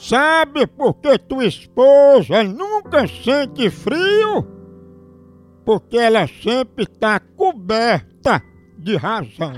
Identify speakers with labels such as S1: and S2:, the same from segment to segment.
S1: sabe porque tua esposa nunca sente frio? Porque ela sempre está coberta de razão.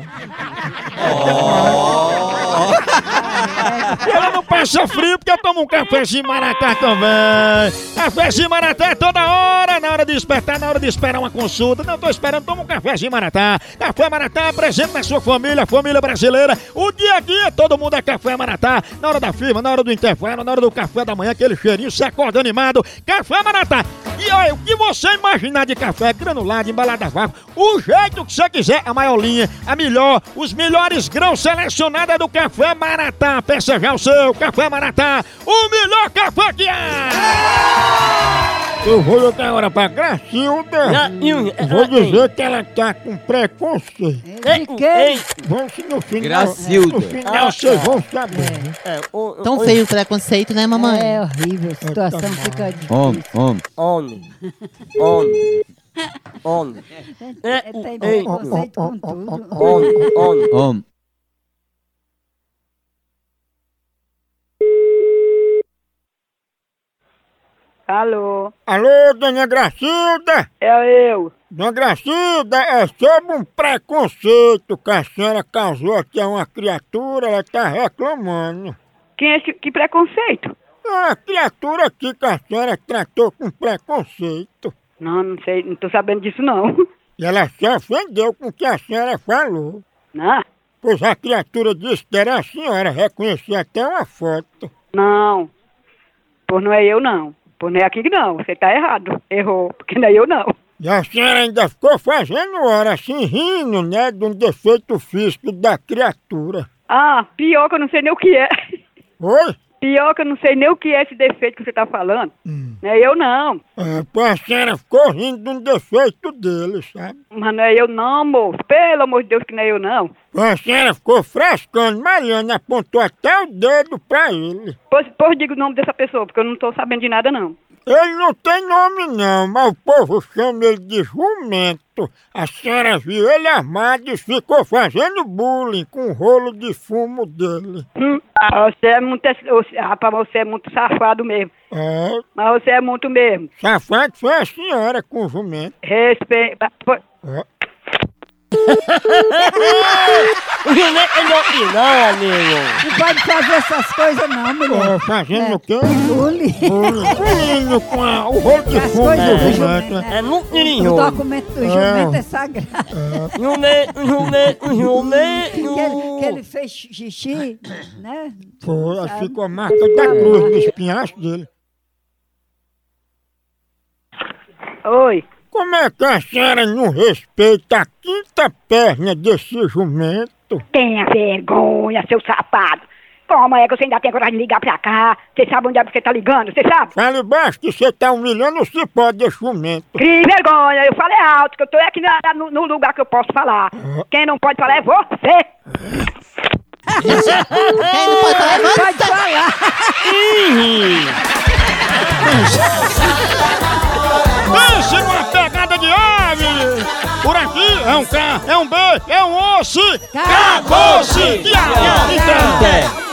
S1: Ela não passa frio porque toma um cafezinho maracá também. Cafezinho maratá é toda hora, na hora de despertar, na hora de esperar uma consulta. Não tô esperando, toma um cafezinho maratá. Café maratá presente na sua família, família brasileira. O dia a dia, todo mundo é café maratá. Na hora da firma, na hora do intervalo, na hora do café da manhã, aquele cheirinho, se acorda animado. Café maratá. E olha, o que você imaginar de café, granulado, embalado a vácuo, o jeito que você quiser, a maior linha, a melhor, os melhores grãos selecionados é do Café Maratá. Peça já o seu Café Maratá, o melhor café que há! Eu vou jogar agora pra Gracilda. Vou dizer que ela tá com preconceito. Vamos no final.
S2: Gracilda.
S1: No final vocês vão saber. né?
S3: é,
S4: Tão feio o preconceito, né, mamãe?
S5: É horrível, a situação fica difícil.
S2: Homem, homem.
S3: Homem. Homem. Homem. É,
S5: É, tem
S3: ei,
S5: preconceito com tudo.
S3: homem, homem.
S2: Homem.
S6: Alô,
S1: Alô, dona Gracilda?
S6: é eu.
S1: Dona Gracilda, é sobre um preconceito que a senhora causou aqui a uma criatura, ela tá reclamando.
S6: Quem é esse, que preconceito?
S1: É uma criatura aqui que a senhora tratou com preconceito.
S6: Não, não sei, não tô sabendo disso não.
S1: E ela se ofendeu com o que a senhora falou.
S6: Não,
S1: Pois a criatura disse que era a senhora, reconheci até uma foto.
S6: não. Pois não é eu não. Pois não é aqui não, você tá errado. Errou, porque não é eu não.
S1: E a senhora ainda ficou fazendo hora, assim, rindo, né, de um defeito físico da criatura.
S6: Ah, pior que eu não sei nem o que é.
S1: Oi?
S6: Pior que eu não sei nem o que é esse defeito que você tá falando. Não é eu não.
S1: É, pois a senhora ficou rindo de um defeito dele, sabe?
S6: Mas não é eu não, moço. Pelo amor de Deus que não é eu não.
S1: A senhora ficou frescando, Mariana apontou até o dedo pra ele.
S6: Pois, pois diga o nome dessa pessoa, porque eu não tô sabendo de nada não.
S1: Ele não tem nome não, mas o povo chama ele de jumento. A senhora viu ele armado e ficou fazendo bullying com o rolo de fumo dele.
S6: Hum, ah, você é muito, você- rapaz, você é muito safado mesmo.
S1: É,
S6: Mas você é muito mesmo.
S1: safado foi a senhora com o jumento.
S6: Respeita.
S1: É.
S5: Não pode fazer essas coisas não, mulher.
S1: Ó, É,
S5: É.
S1: fazendo o quê?
S5: Bullying.
S1: Bullying com a- o rolo de
S5: As
S1: fumo
S5: coisas
S1: do
S5: do
S1: jumento.
S5: jumento.
S3: É muito
S5: O
S3: lindo.
S5: documento do jumento é sagrado.
S3: Jumento, jumento,
S5: Que ele, que
S3: jumento.
S5: ele fez xixi, né?
S1: Foi, aí ficou a marca da cruz no espinhaço dele.
S6: Oi.
S1: Como é que a senhora não respeita a quinta perna desse jumento?
S6: Tenha vergonha, seu safado. Como é que você ainda tem coragem de ligar pra cá? Você sabe onde é que você tá ligando, você sabe?
S1: Fale baixo que você tá humilhando o cipó desse jumento.
S6: Crie vergonha, eu falei alto, que eu tô aqui na- no, no lugar que eu posso falar. Quem não pode falar é você.
S4: Quem não pode falar,
S5: Não pode falar.
S1: Pense numa pegada de ave! Por aqui é um K, é um B, é um osso! Acabou-se! Então!
S2: É.